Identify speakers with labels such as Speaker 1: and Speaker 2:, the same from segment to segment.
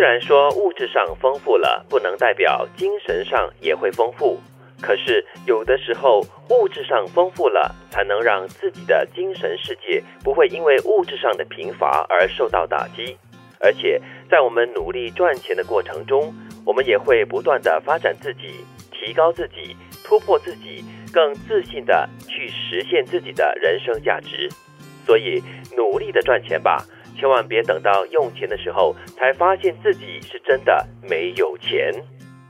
Speaker 1: 然说物质上丰富了，不能代表精神上也会丰富。可是有的时候，物质上丰富了，才能让自己的精神世界不会因为物质上的贫乏而受到打击。而且，在我们努力赚钱的过程中，我们也会不断的发展自己，提高自己，突破自己，更自信的去实现自己的人生价值。所以，努力的赚钱吧，千万别等到用钱的时候才发现自己是真的没有钱。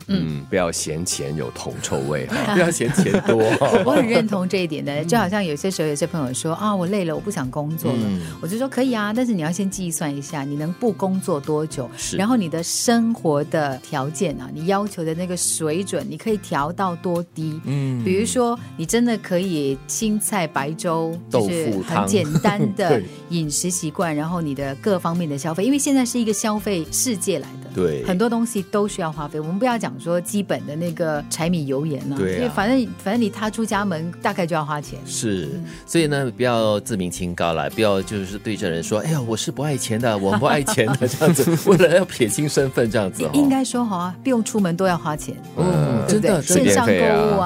Speaker 2: 嗯，不要嫌钱有铜臭味，不要嫌钱多。
Speaker 3: 我很认同这一点的，就
Speaker 2: 嗯
Speaker 3: 好像有些时候有些朋友说啊，我累了，我不想工作了，
Speaker 4: 嗯
Speaker 3: 我就说可以啊，但是你要先计算一下，你能不工作多久，
Speaker 2: 是
Speaker 3: 然后你的生活的条件啊，你要求的那个水准，你可以调到多低。
Speaker 2: 嗯
Speaker 3: 比如说，你真的可以青菜白粥，
Speaker 2: 豆
Speaker 3: 就
Speaker 2: 腐
Speaker 3: 是
Speaker 2: 汤
Speaker 3: 很简 单的
Speaker 2: 对
Speaker 3: 饮食习惯，然后你的各方面的消费，因为现在是一个消费世界来的，
Speaker 2: 对
Speaker 3: 很多东西都需要花费。我们不要讲说基本的那个柴米油盐了、
Speaker 2: 对啊
Speaker 3: 因为反正反正你踏出家门，大概就要花钱。
Speaker 2: 是，所以呢，不要自命清高了，不要就是对着人说，哎呀，我是不爱钱的，我不爱钱的这样子，为了要撇清身份这样子、哦，
Speaker 3: 应该说哈、不用出门都要花钱，
Speaker 2: 嗯，真
Speaker 3: 对
Speaker 2: 的，
Speaker 3: 不对？线
Speaker 2: 真
Speaker 3: 上购
Speaker 2: 的
Speaker 4: 水电费啊
Speaker 3: 物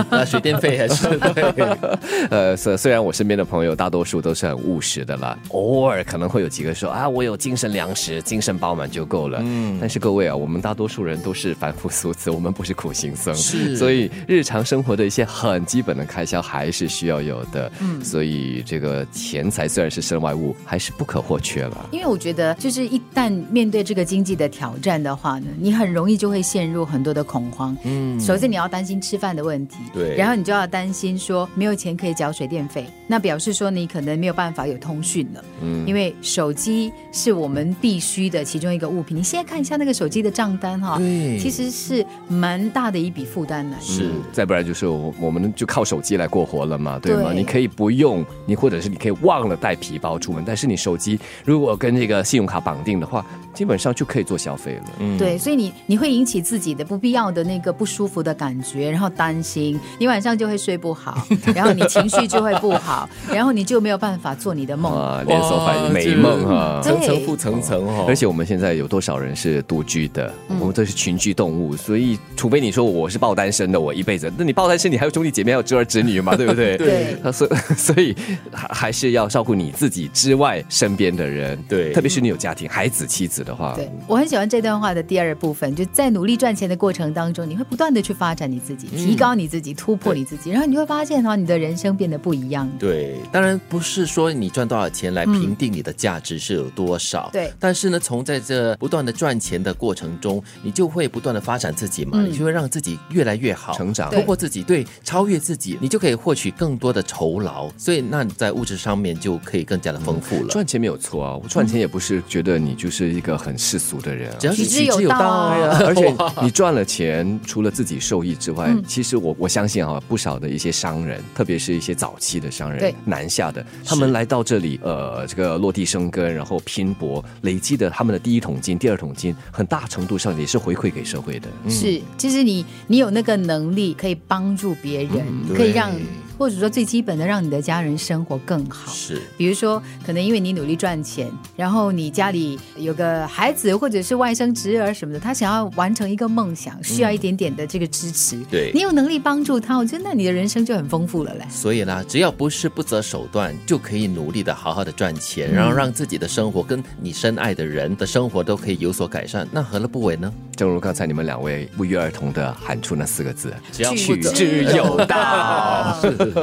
Speaker 3: 啊，
Speaker 2: 啊，水电费还 是对，
Speaker 4: 嗯呃，虽虽然我身边的朋友大多数都是很务实的啦，偶尔可能会有几个说啊，我有精神粮食、精神饱满就够了。嗯，但是各位啊，我们大多数人都是凡夫俗子，我们不是苦行僧，
Speaker 2: 是
Speaker 4: 所以日常生活的一些很基本的开销还是需要有的。嗯，所以这个钱财虽然是身外物，还是不可或缺了。
Speaker 3: 因为我觉得，就是一旦面对这个经济的挑战的话呢，你很容易就会陷入很多的恐慌。嗯，首先你要担心吃饭的问题，
Speaker 2: 对
Speaker 3: 然后你就要担心说没有钱可以缴水电费，那表示说你可能没有办法有通讯了。嗯，因为手机是我们必须的其中一个物品。你现在看一下那个手机的账单哈，
Speaker 2: 对
Speaker 3: 啊其实是蛮大的一笔负担来的。
Speaker 2: 是
Speaker 4: 嗯再不然就是我我们就靠手机来过活了嘛，对吗？
Speaker 3: 对
Speaker 4: 你可以不用，你或者是你可以忘了带皮包出门，但是你手机如果跟这个信用卡绑定的话，基本上就可以做消费了。
Speaker 3: 对，所以你你会引起自己的不必要的那个不舒服的感觉，然后担心，你晚上就会睡不好，然后你情绪就会不好，然后你就没有办法做你的梦。
Speaker 4: 啊，连锁反应，美梦哈、
Speaker 3: 这
Speaker 2: 层层复层层哦，
Speaker 4: 而且我们现在有多少人是独居的？我们都是群居动物，所以除非你说我是抱单身的，我一辈子，那你抱单身，你还有兄弟姐妹，还有侄儿侄女嘛，对不对？
Speaker 3: 对
Speaker 4: 啊，所所以还还是要照顾你自己之外身边的人，
Speaker 2: 对
Speaker 4: 特别是你有家庭、孩子、妻子的话，
Speaker 3: 对，我很喜欢这段话的第二部分，就在努力赚钱的过程当中，你会不断的去发展你自己，提高你自己，突破你自己，然后你会发现哈，你的人生变得不一样。
Speaker 2: 对，当然不是说你赚多少钱来评定你的价值是有多少，
Speaker 3: 对
Speaker 2: 但是呢，从在这不断的赚钱的过程中，你就会不断的发展自己嘛，
Speaker 3: 嗯
Speaker 2: 你就会让自己越来越好，
Speaker 4: 成长
Speaker 2: 突破自己，对，超越自己，你就可以获取更多的酬劳，所以那你在物质上面就可以更加的丰富了。
Speaker 4: 赚钱没有错啊，我赚钱也不是觉得你就是一个很世俗的人啊
Speaker 2: 只。要是
Speaker 3: 取之有道啊
Speaker 2: 哎呀
Speaker 4: 而且你赚了钱，除了自己受益之外，
Speaker 3: 嗯
Speaker 4: 其实我我相信啊，不少的一些商人，特别是一些早期的商人
Speaker 3: 对，
Speaker 4: 南下的，他们来到这里，呃，这个落地生根，然后拼搏，累积的他们的第一桶金、第二桶金，很大程度上也是回馈给社会的。嗯
Speaker 3: 是，其实你你有那个能力可以帮助别人，
Speaker 2: 对
Speaker 3: 可以让或者说最基本的让你的家人生活更好。
Speaker 2: 是
Speaker 3: 比如说，可能因为你努力赚钱，然后你家里有个孩子或者是外甥侄儿什么的，他想要完成一个梦想，需要一点点的这个支持。
Speaker 4: 嗯
Speaker 2: 对
Speaker 3: 你有能力帮助他，我觉得那你的人生就很丰富了嘞。
Speaker 2: 所以呢，只要不是不择手段，就可以努力的好好的赚钱，然后让自己的生活跟你深爱的人的生活都可以有所改善，那何乐不为呢？
Speaker 4: 正如刚才你们两位不约而同的喊出那四个字，
Speaker 2: 只要
Speaker 3: 取
Speaker 4: 之有道。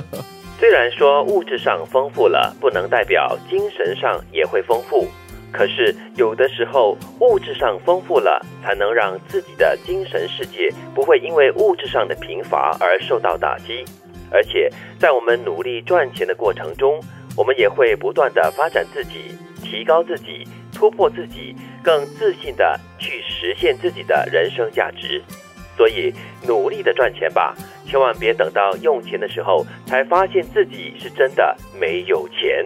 Speaker 1: 虽然说物质上丰富了，不能代表精神上也会丰富。可是有的时候，物质上丰富了，才能让自己的精神世界不会因为物质上的贫乏而受到打击。而且，在我们努力赚钱的过程中，我们也会不断的发展自己，提高自己，突破自己，更自信的去实现自己的人生价值。所以，努力的赚钱吧，千万别等到用钱的时候才发现自己是真的没有钱。